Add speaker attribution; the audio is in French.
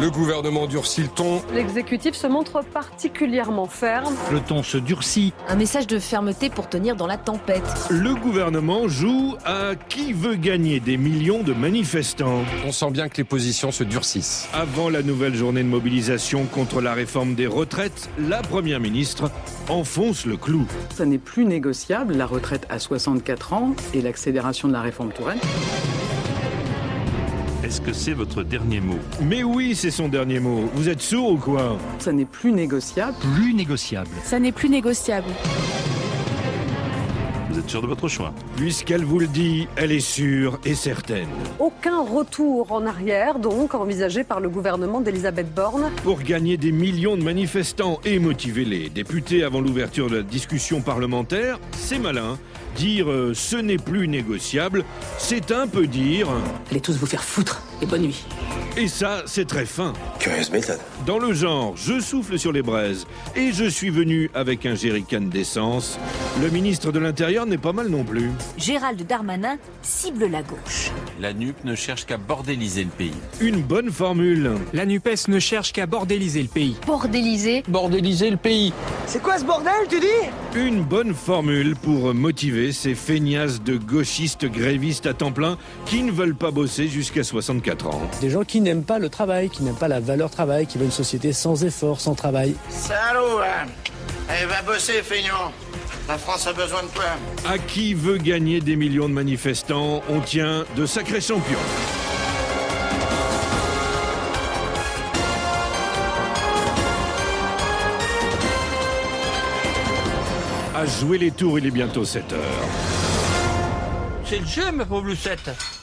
Speaker 1: Le gouvernement durcit le ton.
Speaker 2: L'exécutif se montre particulièrement ferme.
Speaker 3: Le ton se durcit.
Speaker 4: Un message de fermeté pour tenir dans la tempête.
Speaker 5: Le gouvernement joue à qui veut gagner des millions de manifestants.
Speaker 1: On sent bien que les positions se durcissent.
Speaker 5: Avant la nouvelle journée de mobilisation contre la réforme des retraites, la Première ministre enfonce le clou.
Speaker 6: Ça n'est plus négociable, la retraite à 64 ans et l'accélération de la réforme Touraine.
Speaker 7: Est-ce que c'est votre dernier mot
Speaker 5: Mais oui, c'est son dernier mot. Vous êtes sourd ou quoi
Speaker 6: Ça n'est plus négociable.
Speaker 3: Plus négociable.
Speaker 8: Ça n'est plus négociable.
Speaker 7: Vous êtes sûr de votre choix
Speaker 5: Puisqu'elle vous le dit, elle est sûre et certaine.
Speaker 2: Aucun retour en arrière, donc, envisagé par le gouvernement d'Elisabeth Borne.
Speaker 5: Pour gagner des millions de manifestants et motiver les députés avant l'ouverture de la discussion parlementaire, c'est malin. Dire euh, ce n'est plus négociable, c'est un peu dire.
Speaker 9: Allez tous vous faire foutre et bonne nuit.
Speaker 5: Et ça, c'est très fin.
Speaker 10: Curieuse méthode.
Speaker 5: Dans le genre, je souffle sur les braises et je suis venu avec un jerrycan d'essence. Le ministre de l'Intérieur n'est pas mal non plus.
Speaker 11: Gérald Darmanin cible la gauche.
Speaker 12: La NUP ne cherche qu'à bordéliser le pays.
Speaker 5: Une bonne formule.
Speaker 13: La NUPES ne cherche qu'à bordéliser le pays.
Speaker 4: Bordéliser
Speaker 13: Bordéliser le pays.
Speaker 14: C'est quoi ce bordel, tu dis
Speaker 5: Une bonne formule pour motiver ces feignasses de gauchistes grévistes à temps plein qui ne veulent pas bosser jusqu'à 64 ans.
Speaker 15: Des gens qui n'aiment pas le travail, qui n'aiment pas la valeur travail, qui veulent une société sans effort, sans travail.
Speaker 16: Salaud hein Eh va bosser, feignant la France a besoin de toi.
Speaker 5: À qui veut gagner des millions de manifestants, on tient de sacrés champions. À jouer les tours, il est bientôt 7 heures.
Speaker 17: C'est le jeu, ma pauvre Lucette.